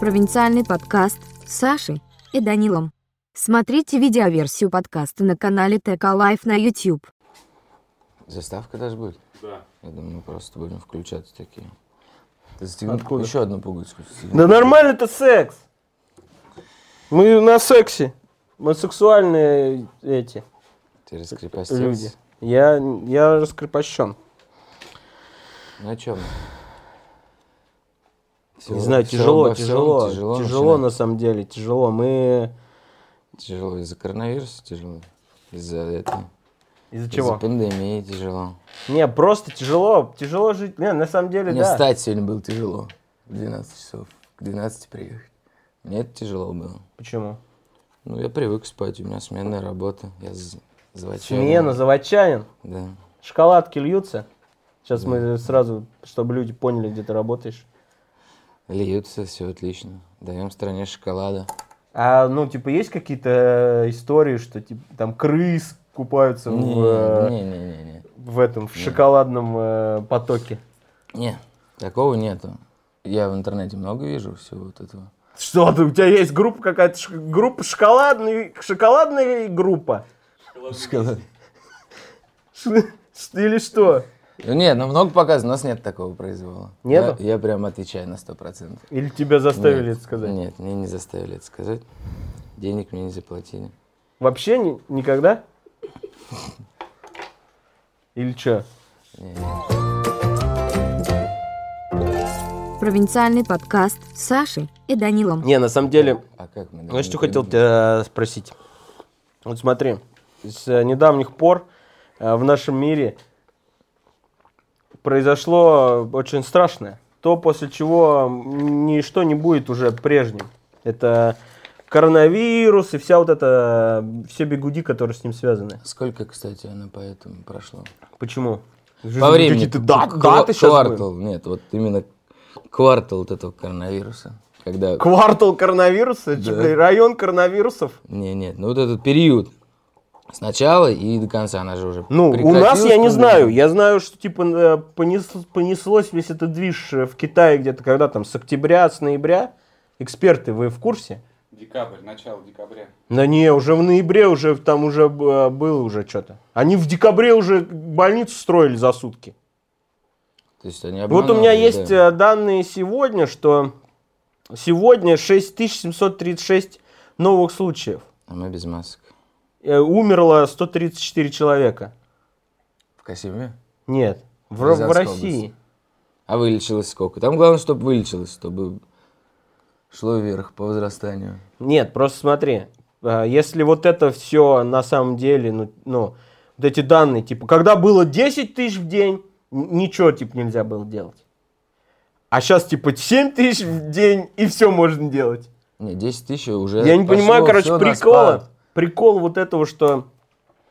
провинциальный подкаст с Сашей и Данилом. Смотрите видеоверсию подкаста на канале ТК Лайф на YouTube. Заставка даже будет? Да. Я думаю, мы просто будем включать такие. Ты застегнул Откуда? еще одну пуговицу. застегнул. Да нормально это секс. Мы на сексе. Мы сексуальные эти Ты раскрепостился. люди. Я, я раскрепощен. На чем? Не знаю, тяжело, тяжело. Тяжело, на самом деле, тяжело. Мы... Тяжело из-за коронавируса, тяжело. Из-за этого. Из-за Из-за пандемии тяжело. Не, просто тяжело. Тяжело жить. Не, на самом деле, Мне да. встать сегодня было тяжело. В 12 часов. К 12 приехать. Мне это тяжело было. Почему? Ну, я привык спать, у меня сменная работа. Я з- звучаю. Смена, заводчанин. Да. Шоколадки льются. Сейчас мы сразу, чтобы люди поняли, где ты работаешь. Льются, все отлично. Даем стране шоколада. А, ну, типа, есть какие-то истории, что, типа, там, крыс купаются в, э, Не-не-не-не. в этом, в шоколадном э, потоке? Не, такого нету. Я в интернете много вижу всего вот этого. Что ты, у тебя есть группа какая-то, ш- группа шоколадный, шоколадная группа? Шоколад. Ш- Или что? Ну нет, ну много показано, у нас нет такого произвола. Нету? Я, я прям отвечаю на сто процентов. Или тебя заставили это сказать? Нет, мне не заставили это сказать. Денег мне не заплатили. Вообще ни- никогда? Или что? Не, Провинциальный подкаст с Сашей и Данилом. Не, на самом деле, А как мы? Ну, Я что хотел тебя спросить. Вот смотри, с э, недавних пор э, в нашем мире произошло очень страшное. То, после чего ничто не будет уже прежним. Это коронавирус и вся вот эта, э, все бегуди, которые с ним связаны. Сколько, кстати, оно поэтому прошло? Почему? По времени. Какие-то да- Ква- даты щас будем. Квартал, нет, вот именно квартал вот этого коронавируса. Когда... Квартал коронавируса? Это же, Да. блин, Район коронавирусов? Не, нет, ну вот этот период. Сначала и до конца, она же уже Ну, у прекратилась, нас я не по-моему. знаю. Я знаю, что типа э, понес- понеслось весь этот движ э, в Китае где-то, когда там с октября, с ноября. Эксперты, вы в курсе? Декабрь, начало декабря. Да не, уже в ноябре уже там уже э, было уже что-то. Они в декабре уже больницу строили за сутки. То есть они Вот у меня обманывали, есть да. э, данные сегодня, что сегодня 6736 новых случаев. А мы без масок. Э, Умерло 134 человека. В Касиме? Нет, в, Ро- в Рязанской России. области. А вылечилось сколько? Там главное, чтобы вылечилось, чтобы шло вверх по возрастанию. Нет, просто смотри, а, если вот это все на самом деле, ну, ну, вот эти данные, типа, когда было 10 тысяч в день, н- ничего, типа, нельзя было делать. А сейчас, типа, 7 тысяч в день, и все можно делать. Не, 10 тысяч уже Я не пошло понимаю, короче, всё на прикола. спад. Прикол вот этого, что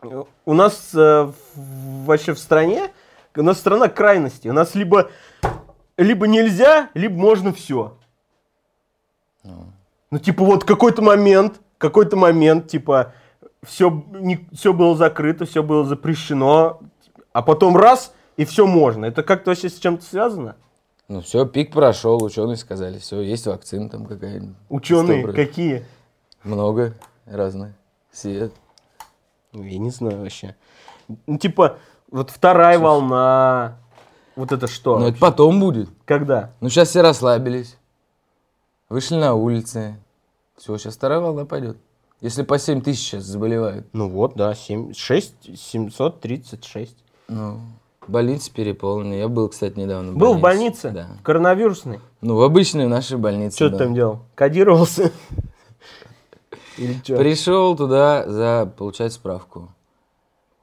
э, у нас э, в- вообще в стране, у нас страна крайности. У нас либо, либо нельзя, либо можно все. Ну. Ну, типа, вот какой-то момент, какой-то момент, типа, все, не, все было закрыто, все было запрещено, а потом раз, и все можно. Это как-то вообще с чем-то связано? Ну все, пик прошел, ученые сказали, все, есть вакцина там какая-нибудь. Ученые Сто про- какие? Много разных. Все. Ну, Я не знаю вообще. Ну, типа, вот вторая волна. Вот Ну, это что? Но это потом будет. Когда? Ну сейчас все расслабились. Вышли на улицы. Все, сейчас вторая волна пойдет. Если по 7 тысяч сейчас заболевают. Ну вот, да, 7, 6, 736. Ну, больницы переполнены. Я был, кстати, недавно в Был в больнице? Да. Коронавирусный? Ну, в обычной нашей больнице. Что да. ты там делал? Кодировался? Или что? Пришел туда за получать справку,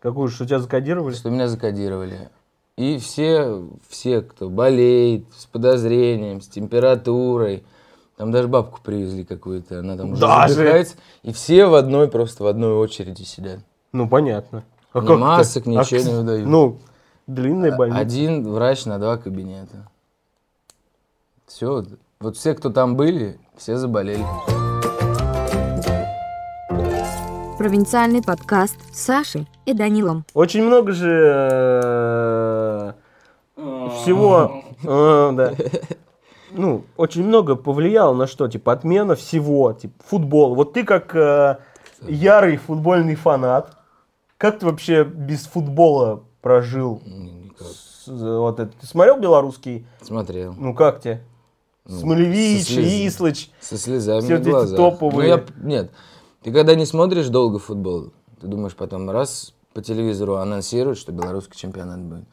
Какую же, что тебя закодировали? что меня закодировали. И все, все, кто болеет, с подозрением, с температурой, там даже бабку привезли какую-то, она там уже Даже? задыхается, и все в одной, просто в одной очереди сидят. Ну, понятно. Ни как это? масок, А ничего к- не выдают. А, Ну, длинная больница. Один врач на два кабинета. Все, вот все, кто там были, все заболели. Провинциальный подкаст с Сашей и Данилом. Очень много А. же э, всего. э, да. ну, очень много повлияло на что? Типа отмена всего, типа футбол. Вот ты как э, ярый футбольный фанат, как ты вообще без футбола прожил? М, Ну, никак. С- э, вот это? Ты смотрел белорусский? Смотрел. Ну как тебе? Ну, Смолевич, со слез- Ислыч. Со слезами Все на вот эти глазах. топовые. Ну, я п- нет, ты когда не смотришь долго футбол, ты думаешь потом раз по телевизору анонсируют, что белорусский чемпионат будет.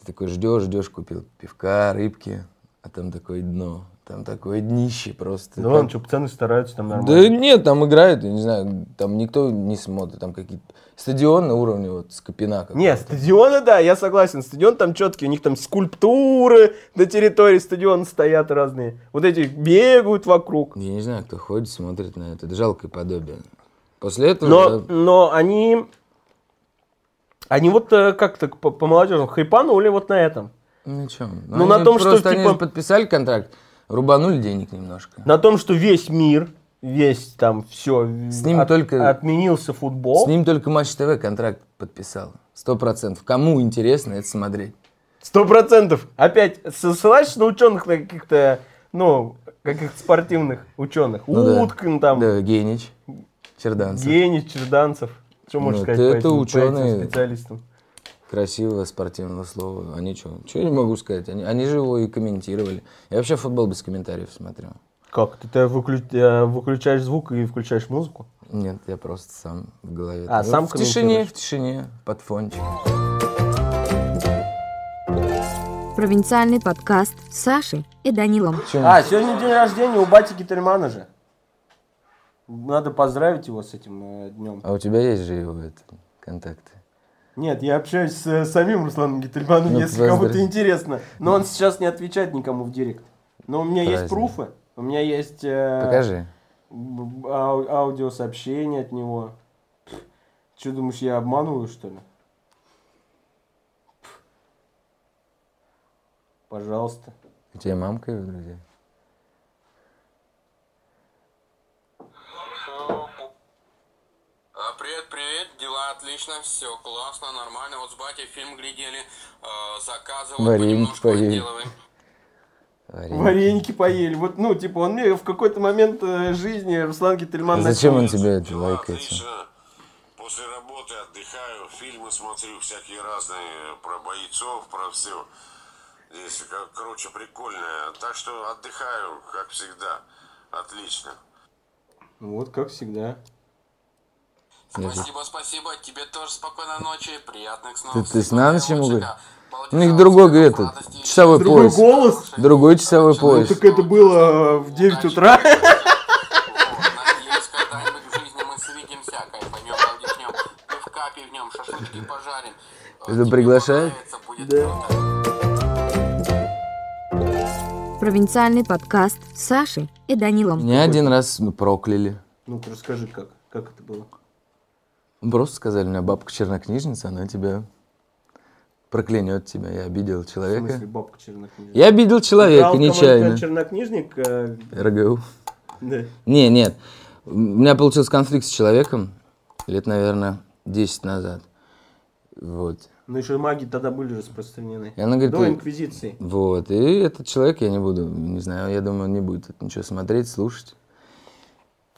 Ты такой ждешь, ждешь, купил пивка, рыбки, а там такое дно, там такое днище просто. Да ладно, что, пацаны стараются там Там- Ну, нормально. Да нет, там играют, я не знаю, там никто не смотрит, там какие-то стадионы на уровне вот Скопина. как- Не, стадионы, да, я согласен. Стадион там четкий, у них там скульптуры на территории стадиона стоят разные. Вот эти бегают вокруг. Я не знаю, кто ходит, смотрит на это. Это жалкое подобие. После этого... Но, Ну, да, но они, они вот э, как-то по- по-молодежному хайпанули вот на этом. Ну чё, Ну, на они том, что, просто они типа- подписали контракт, рубанули денег немножко. На том, что весь мир, весь там все, С ним только- отменился футбол. С ним только Матч ТВ контракт подписал. Сто процентов. Кому интересно это смотреть? Сто процентов. Опять ссылаешься на ученых, на каких-то, ну, каких-то спортивных ученых. Ну да. Уткин там, Да, Генич, Черданцев. Гений, Черданцев. Что можешь Ну, сказать ты по это этим- по этим ученые. специалистам? Красивого спортивного слова. Они что? Что я не могу сказать? Они, они же его и комментировали. Я вообще футбол без комментариев смотрю. Как? Ты, ты выклю- э, выключаешь звук и включаешь музыку? Нет, я просто сам в голове. А, Ну, сам В тишине, комментируешь. в тишине, под фончик. Провинциальный подкаст с Сашей и Данилом. Чё? А, сегодня день рождения у Бати Гительмана же. Надо поздравить его с этим э, днем. А у тебя есть же его это, контакты? Нет, я общаюсь с э, самим Русланом Гительманом, Ну, если кому-то поздравь. интересно. Но он сейчас не отвечает никому в директ. Но у меня есть Праздник. пруфы. У меня есть э, Покажи. б- ау- аудиосообщение от него. Че думаешь, я обманываю, что ли? Пф. Пожалуйста. У тебя мамка его, друзья? А, Привет, привет, дела отлично, все классно, нормально. Вот с батей фильм глядели, э, заказывали, Вареники понемножку поели. отделываем. Вареники поели. Вот, ну, типа, он мне в какой-то момент э, жизни Руслан Гительман А Зачем он начал- тебе это Дела лайкает? отлично. После работы отдыхаю, фильмы смотрю всякие разные про бойцов, про все. Здесь, э, кор- короче, прикольно. Так что отдыхаю, как всегда. Отлично. Ну, Вот, как всегда. Спасибо, спасибо, тебе тоже спокойной ночи, приятных снов. Ты- ты всего с на ночь ему наилучшего. говоришь? Получи У них самых Ну, другой светлых этот, радостей. часовой Другой пояс. голос? Другой часовой Ну, пояс. так это было э, в 9 утра. Надеюсь, когда-нибудь в жизни мы свидимся, кайфанем, отдохнем, пивка пивнем, шашлычки пожарим. Это Тебе приглашает? понравится, будет круто. Провинциальный подкаст с Сашей и Данилом. Меня один раз ну, прокляли. Ну-ка, расскажи, как, как это было. Ну, Просто сказали, у меня бабка чернокнижница, она тебя проклянет тебя. Я обидел В смысле, человека. бабка чернокнижник. Я обидел человека нечаянно. чернокнижник? э, РГУ. да. Не, нет. У меня получился конфликт с человеком лет, наверное, 10 назад. Вот. Ну, еще маги тогда были распространены. И она говорит, До «Ты- Инквизиции. Вот, и этот человек, я не буду, не знаю, я думаю, он не будет это ничего смотреть, слушать.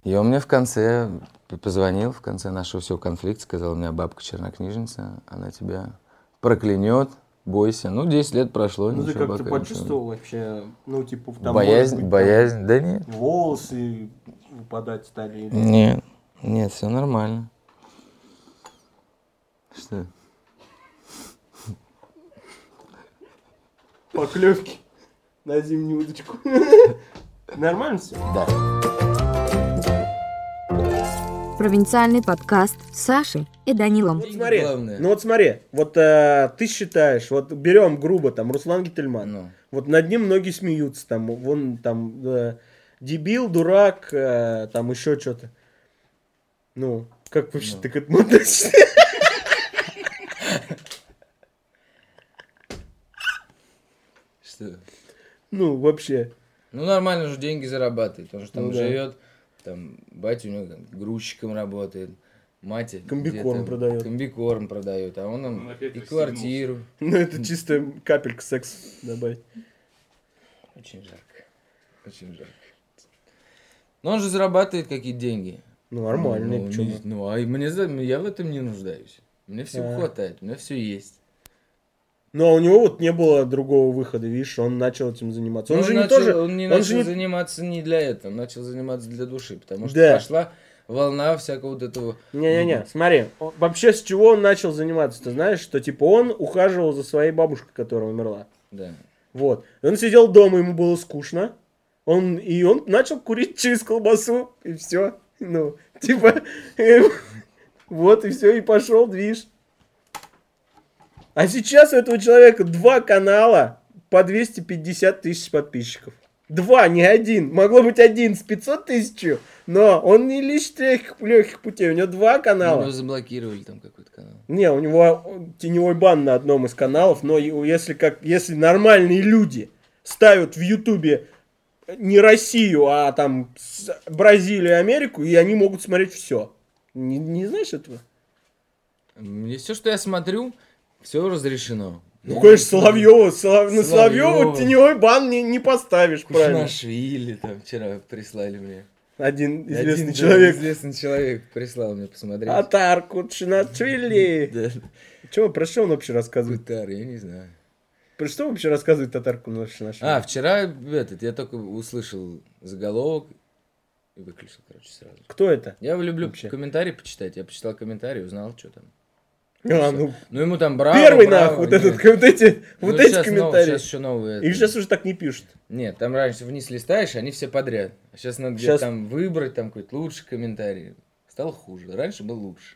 И он мне в конце п- позвонил, в конце нашего всего конфликта, сказал, у меня бабка чернокнижница, она тебя проклянет, бойся. Ну, 10 лет прошло, Ну, ты ничего как-то пока, ничего. почувствовал вообще, ну, типа, там, может боязнь, быть, там боязнь, да нет. волосы выпадать стали. или- Нет, нет, все нормально. Что? Поклевки на зимнюю удочку. Нормально все? Да. Провинциальный подкаст с Сашей и Данилом. Вот смотри, главное. ну вот смотри, вот э, ты считаешь, вот берем грубо там Руслан Гительман, Ну. вот над ним многие смеются, там, вон там э, дебил, дурак, э, там еще что-то. Ну, как вообще ты к этому относишься? Что? Ну, вообще. Ну, нормально же деньги зарабатывает. Он же там Ну да. живет, там батя у него там грузчиком работает, мать Комбикорм где-то продает. Комбикорм продает, а он там Он и опять расстегнулся. квартиру. Ну, это чисто капелька секса добавить. Очень жарко. Очень жаль. Но он же зарабатывает какие деньги. Ну, нормально, Ну, почему? не- ну, а и мне за- я в этом не нуждаюсь. Мне всего Да. хватает, у меня все есть. Ну, а у него вот не было другого выхода, видишь, он начал этим заниматься. Он, Но же не начал- тоже... Ну, он не он начал же не- заниматься не для этого, он начал заниматься для души, потому что Да. пошла волна всякого вот этого. Не-не-не, смотри, о- вообще с чего он начал заниматься, ты знаешь, что типа он ухаживал за своей бабушкой, которая умерла. Да. Вот. И Он сидел дома, ему было скучно. Он, и он начал курить через колбасу, и все. Ну, типа, э, вот, и все, и пошел движ. А сейчас у этого человека два канала по 250 тысяч подписчиков. Два, не один. Могло быть один с 500 тысяч, но он не лишь легких, легких путей. У него два Ну, канала. Его заблокировали там какой-то канал. Не, у него э, теневой бан на одном из каналов, но и- если, как, если нормальные люди ставят в Ютубе э, не Россию, а там с- Бразилию и Америку, и они могут смотреть все. Не, не знаешь этого? Мне все, что я смотрю, все разрешено. Ну, конечно, Соловьева, Солов- на Соловьёва. Соловьева теневой бан не, не поставишь, правильно? Кушнашвили там вчера прислали мне. Один известный Один, да, человек. известный человек прислал мне посмотреть. Атарку Чинашвили. Да, Че, про что он вообще рассказывает? Гутар, я не знаю. Про что вообще рассказывает Татарку А, Чинашвили? вчера этот, я только услышал заголовок и выключил, короче, сразу. Кто это? Я люблю Вообще. комментарии почитать. Я почитал комментарии, узнал, что там. А, ну, Ну, ему там браво, Первый браво, нахуй, вот нет. этот, вот эти, Ну, вот эти щас новый, комментарии. щас еще новые. Их это. сейчас уже так не пишут. Нет, там раньше вниз листаешь, они все подряд. А сейчас надо где-то Щас- там выбрать там какой-то лучший комментарий. Стал хуже. Раньше был лучше.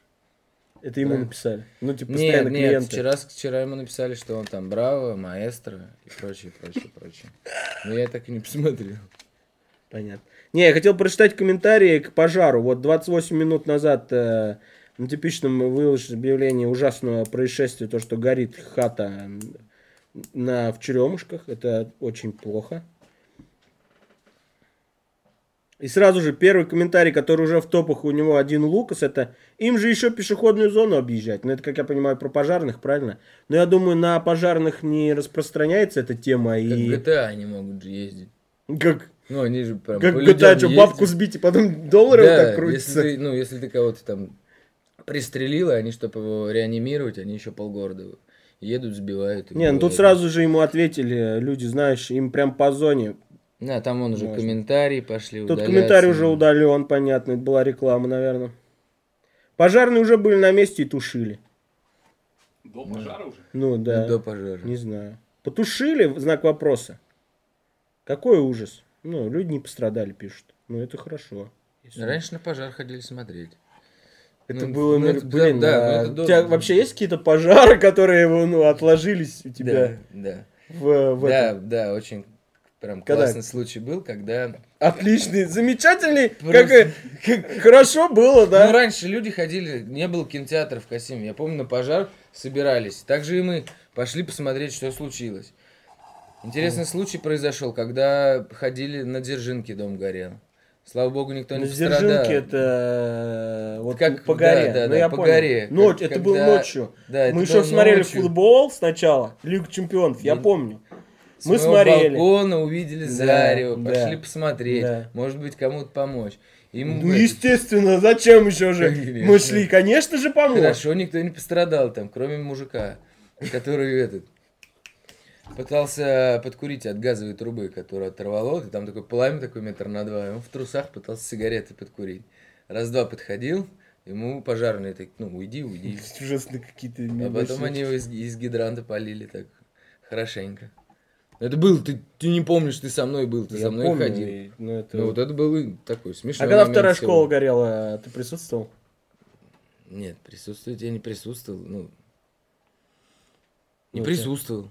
Это ему Да. написали. Ну, Нет, типа, постоянно нет, клиенты. вчера, вчера ему написали, что он там браво, маэстро и прочее, прочее, прочее. Но я так и не посмотрел. Понятно. Не, я хотел прочитать комментарии к пожару. Вот 28 минут назад э, на типичном выложили объявление ужасного происшествия, то, что горит хата на, в Черемушках. Это очень плохо. И сразу же первый комментарий, который уже в топах у него один Лукас, это им же еще пешеходную зону объезжать. Ну, это, как я понимаю, про пожарных, правильно? Но я думаю, на пожарных не распространяется эта тема. Как и... GTA они могут же ездить. Как Ну, они же прям как по GTA, людям что, ездят. бабку сбить и потом доллары вот Да, так крутится. Если ты, ну, если ты кого-то там пристрелил, и они, чтобы его реанимировать, они еще полгорода едут, сбивают. и Не, ну тут убивают. сразу же ему ответили люди, знаешь, им прям по зоне. Да, там он уже Можно. комментарии пошли Тут комментарий уже удаляться. удален, понятно, это была реклама, наверное. Пожарные уже были на месте и тушили. До пожара уже? Ну Ну, да, До пожара. не знаю. Потушили, в знак вопроса. Какой ужас. Ну, люди не пострадали, пишут. Ну, это хорошо. Если- Ну, Раньше на пожар ходили смотреть. Это ну, было, ну, наверно, это да, блин, да, а ну, это у тебя долго. вообще есть какие-то пожары, которые, ну, отложились у тебя Да, да. в, в этом? Да, да, очень прям Когда? классный случай был, когда... Отличный, замечательный, как, Просто- э, как хорошо было, Ну, да? раньше люди ходили, не было кинотеатров в Касиме. Я помню, на пожар собирались. Также и мы пошли посмотреть, что случилось. Интересный случай произошел, когда ходили на Дзержинке дом горел. Слава богу, никто На не пострадал. Дзержинке это э, вот Как- по горе, да, да, ну да, я по понял. горе. Ночь, Как- это когда- было ночью. Да, это Мы было еще смотрели ночью. футбол сначала, Лигу чемпионов, я Да. помню. Мы моего смотрели. балкона увидели Да, зарево, да. пошли посмотреть, Да. может быть, кому-то помочь. И мы Ну это- естественно, зачем еще же? Конечно. Мы шли, конечно же, помочь. Хорошо, никто не пострадал там, кроме мужика, который этот пытался подкурить от газовой трубы, которая оторвало, и там такое пламя такой метр на два, и он в трусах пытался сигареты подкурить. Раз-два подходил, ему пожарные так, ну, уйди, уйди. Ужасно какие-то А потом небольшие. они его из, из гидранта полили так хорошенько. Это был, ты, ты не помнишь, ты со мной был, ты Я со мной помню, ходил. и- ну, это Ну вот. вот это был и такой смешной А когда момент вторая всего. школа горела, ты присутствовал? Нет, присутствовать я не присутствовал, ну... Не Ну, присутствовал.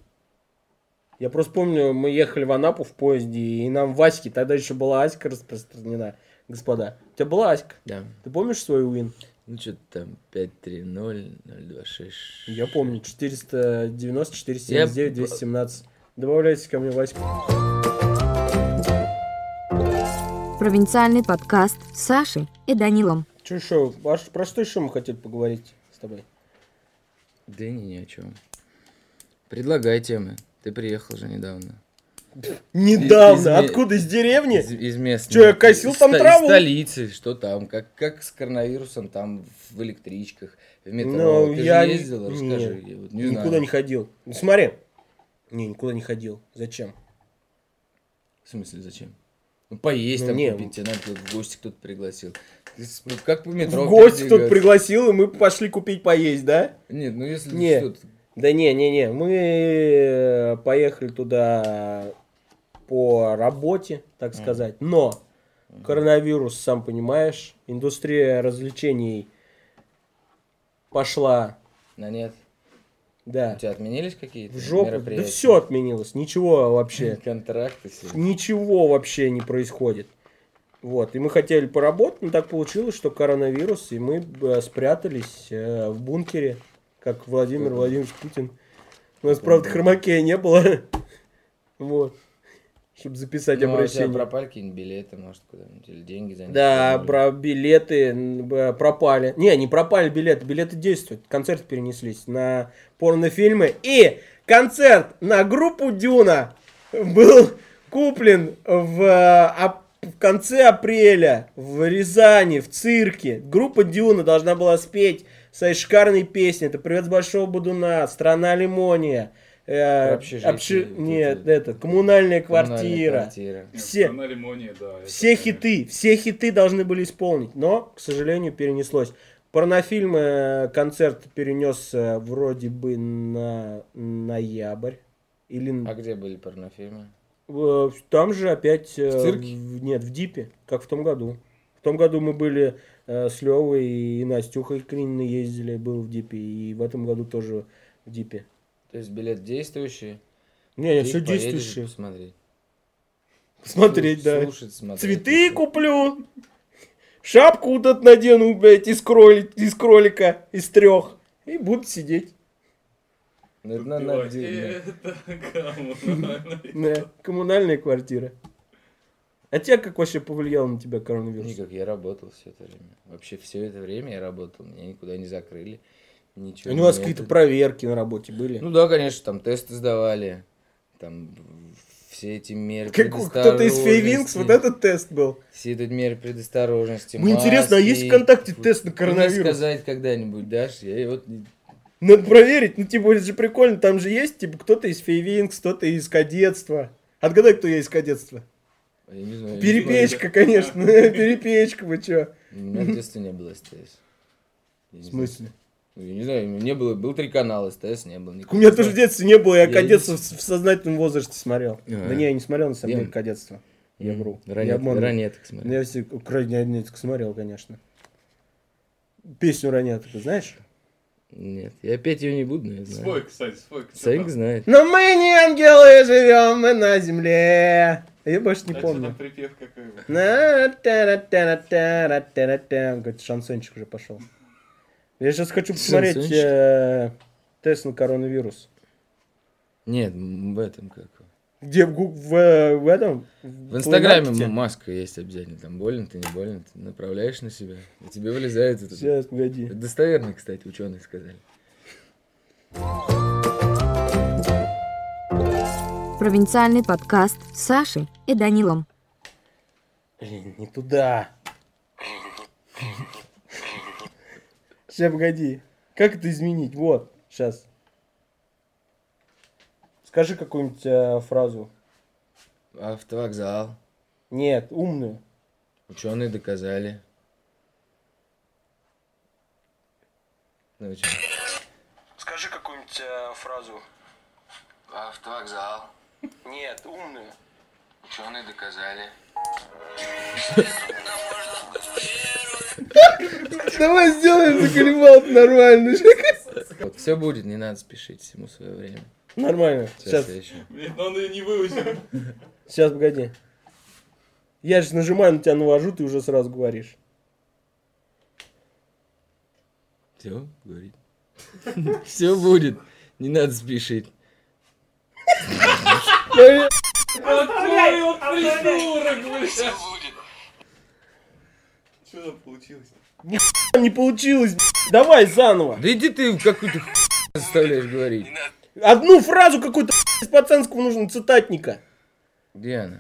Я просто помню, мы ехали в Анапу в поезде, и нам в Аське, тогда еще была Аська распространена, господа. У тебя была Аська? Да. Ты помнишь свой уин? Ну что-то там 5-3-0, 0-2-6. Я помню. 490, Я 479, б- 217. Добавляйтесь ко мне в Аську. Провинциальный подкаст с Сашей и Данилом. Че еще? Аж про что еще мы хотели поговорить с тобой? Да не, ни о чем. Предлагай темы. Ты приехал же недавно. Недавно. Из- из- Откуда? Из деревни? Из, из местных. Чё, я косил Из там ста- из траву? столицы, что там, как, как с коронавирусом, там в электричках, в метро. Ну, Ты я же не- ездила, не, расскажи. Я вот не Никуда знаю. не ходил. Ну, Смотри. Не, никуда не ходил. Зачем? В смысле, зачем? Ну, поесть Ну, там не. купить, тебя надо кто-то в гости кто-то пригласил. Ты с- ну, Как по метро В гости кто-то передвигаться? пригласил, и мы пошли купить поесть, да? Нет, ну если Не. что-то... Да не, не, не, мы э, поехали туда по работе, так сказать. Но коронавирус, сам понимаешь, индустрия развлечений пошла, На Ну, нет. У да, тебя отменились какие-то в жопу. Да мероприятия? все отменилось, ничего вообще, Контракты все. ничего вообще не происходит. Вот, и мы хотели поработать, но так получилось, что коронавирус, и мы э, спрятались э, в бункере, как Владимир Мгм. Владимирович Путин. У нас, правда, хромакея не было. Вот. Чтобы записать Ну, а у тебя обращение. пропали какие-нибудь билеты, может, куда-нибудь, или деньги за них? Да, вернули? про билеты м, э, пропали. Не, не пропали билеты, билеты действуют. Концерты перенеслись на порнофильмы. И концерт на группу Дюна был куплен в, э, ап- в конце апреля в Рязани, в цирке. Группа Дюна должна была спеть свои шикарные песни. Это «Привет с Большого Будуна», «Страна Лимония», э, Про общежитие, общи- вот эти Нет, вот. это Коммунальная «Коммунальная квартира». квартира. Все- На лимоне, да. это Все прям- хиты, все хиты должны были исполнить, но, к сожалению, перенеслось. Порнофильм э, концерт перенес э, вроде бы на ноябрь. Или А где были порнофильмы? э, там же опять... э, В цирке? в- нет, в Дипе, как в том году. В том году мы были э, с Левой и Настюхой Клининой ездили, был в Дипе. И в этом году тоже в Дипе. То есть билет действующий. Не, я ты все поедешь действующее. Посмотреть. Смотреть, Слуш- да. Слушать, смотреть. Цветы куплю. Шапку вот эту надену, блядь, из, кроли- из кролика, из трех. И буду сидеть. Ну, это надо- надо Ой, делать, Это коммунальная. Да, коммунальная квартира. А тебя как вообще повлиял на тебя да. коронавирус? Никак, я работал все это время. Вообще все это время я работал, меня никуда не закрыли. Ничего. Ну, у вас не какие-то это. проверки на работе были. Ну да, конечно, там тесты сдавали, там все эти меры Как у- кто-то из Фейвинкс, вот предосторожности, этот тест был. Все эти меры предосторожности, Мне интересно, а есть маски. ВКонтакте тест на Ты мне коронавирус? сказать когда-нибудь дашь, я и вот не- Надо проверить, ну, типа, это же прикольно, там же есть, типа, кто-то из Фейвинкс, кто-то из кадетства. Отгадай, кто я из кадетства. я не знаю. Перепечка, конечно, перепечка, вы чё? У меня в детстве не было СТС. Я не В знаю. смысле? Ну, Я не знаю, не было, был три канала СТС, не было У никакого. меня тоже в детстве не было, я, Я кадетство в в сознательном возрасте смотрел. А. Да не, я не смотрел, на самом Я- деле, кадетство. Я Мгм. вру. Я Ранеток, обманул. ранеток Ну, смотрел. я все ранеток смотрел, конечно. Песню ранеток, знаешь? Нет, я петь ее не буду, но я знаю. Спой, кстати, спой. что Санек там? знает. Но мы не ангелы, живем мы на земле. Я больше не А чё помню. там припев какой? На, тара-тара-тара-тара-тара. Какой-то шансончик уже пошел. Я сейчас хочу посмотреть Шансончик? э, тест на коронавирус. Нет, м, в этом как. Где в, гу- в, э, в этом? В Инстаграме Лайнапте? м- маска есть обязательно. Там болен ты, не болен ты. Направляешь на себя, и тебе вылезает это. Сейчас, погоди. Это достоверно, кстати, ученые сказали. Провинциальный подкаст с Сашей и Данилом. Блин, не туда. Сейчас, погоди. Как это изменить? Вот, сейчас. Скажи какую-нибудь э, фразу. Автовокзал. Нет, умную. Ученые доказали. Ну, и чё? Скажи какую-нибудь э, фразу. Автовокзал. Нет, умную. Ученые доказали. Давай сделаем заколебал нормально. Вот, все будет, не надо спешить, всему свое время. Нормально. Сейчас, Сейчас, я еще. Блин, ну он ее не выучил. сейчас, погоди. Я же нажимаю на тебя, навожу, ты уже сразу говоришь. Все, говорит. Все будет, не надо спешить. Какой он придурок, блядь. Что там получилось? Не получилось. Давай заново. Да иди ты в какую-то хуйню заставляешь говорить. Одну фразу какую-то из пацанского нужно цитатника. Где она?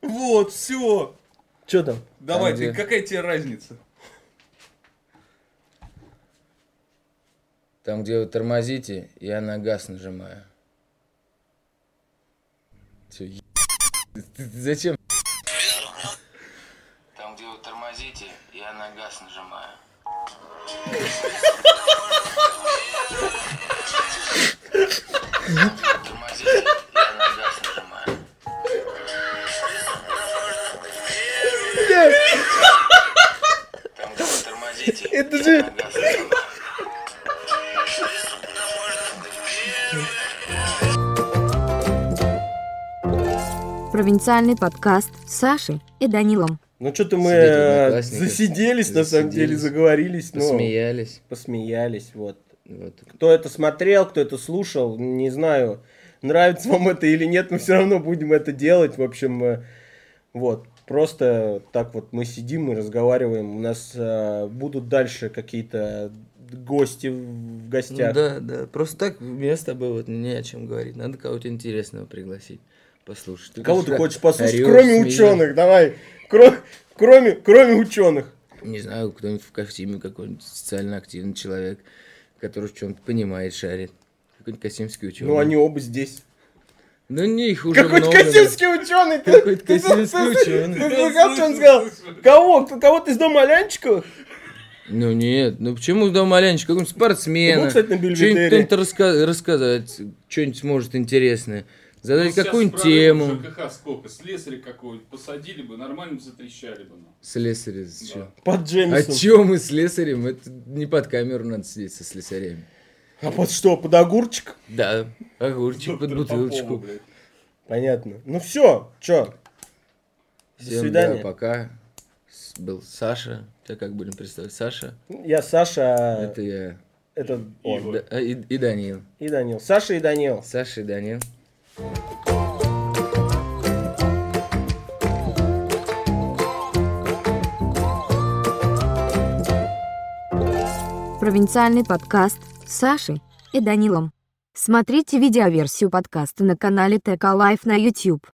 Вот, все. Что там? Давай, Там, ты, где- какая тебе разница? Там, где вы тормозите, я на газ нажимаю. Всё, е- Ты- ты Зачем? Там, где вы тормозите, я на газ нажимаю. Тормозите, я на газ нажимаю. Там, где вы тормозите, Это же... Провинциальный подкаст с Сашей и Данилом. Ну что-то мы Сидеть в э, Одноклассниках, засиделись, на самом деле, засиделись, заговорились, но Посмеялись. посмеялись, вот. Вот. Кто это смотрел, кто это слушал, не знаю, нравится вам это или нет, мы все равно будем это делать, в общем, э, вот. Просто так вот мы сидим и разговариваем, у нас э, будут дальше какие-то гости в в Ну гостях. да, да. Просто так мне с тобой вот не о чем говорить. Надо кого-то интересного пригласить. Послушать. Кого ты конечно, хочешь послушать, орёшь, кроме смеёшь. ученых, давай, Кро- кроме, кроме ученых. Не знаю, кто-нибудь в костюме, какой-нибудь социально активный человек, который в чем-то понимает, шарит. Какой-нибудь костюмский ученый. Ну, они оба здесь. Ну, не их уже Какой-то много, да. косинский ученый! ты- Какой-то ты- ты- косинский ты- ты- ученый. Ты слыхал, что он сказал? Кого? Кто- Кого ты из дома Алянчиковых? Ну нет, ну почему дома Алянчик? Какой-нибудь Ты был, спортсмена. кстати, на Бельведере? Что-нибудь кто-нибудь раска- рассказать, что-нибудь сможет интересное. Задать Ну, какую-нибудь сейчас прорыв тему. в ЖКХ сколько? Слесаря какого-нибудь посадили бы, нормально бы затрещали бы. ну. Слесарь, Да. чё? Под А Джемисом. чё мы с слесарем? Это не под камеру надо сидеть со слесарями. А под что, под огурчик? Да, огурчик под Доктор Попова, бутылочку. блядь. Понятно. Ну все, чё? До Всем да, свидания. пока. С- Был Саша. Тебя как будем представлять? Саша. Я Саша, Это я. это он. Да, а, и, и Данил. И Данил. Саша и Данил. Саша и Данил. Провинциальный подкаст с Сашей и Данилом. Смотрите видеоверсию подкаста на канале ТК Лайф на YouTube.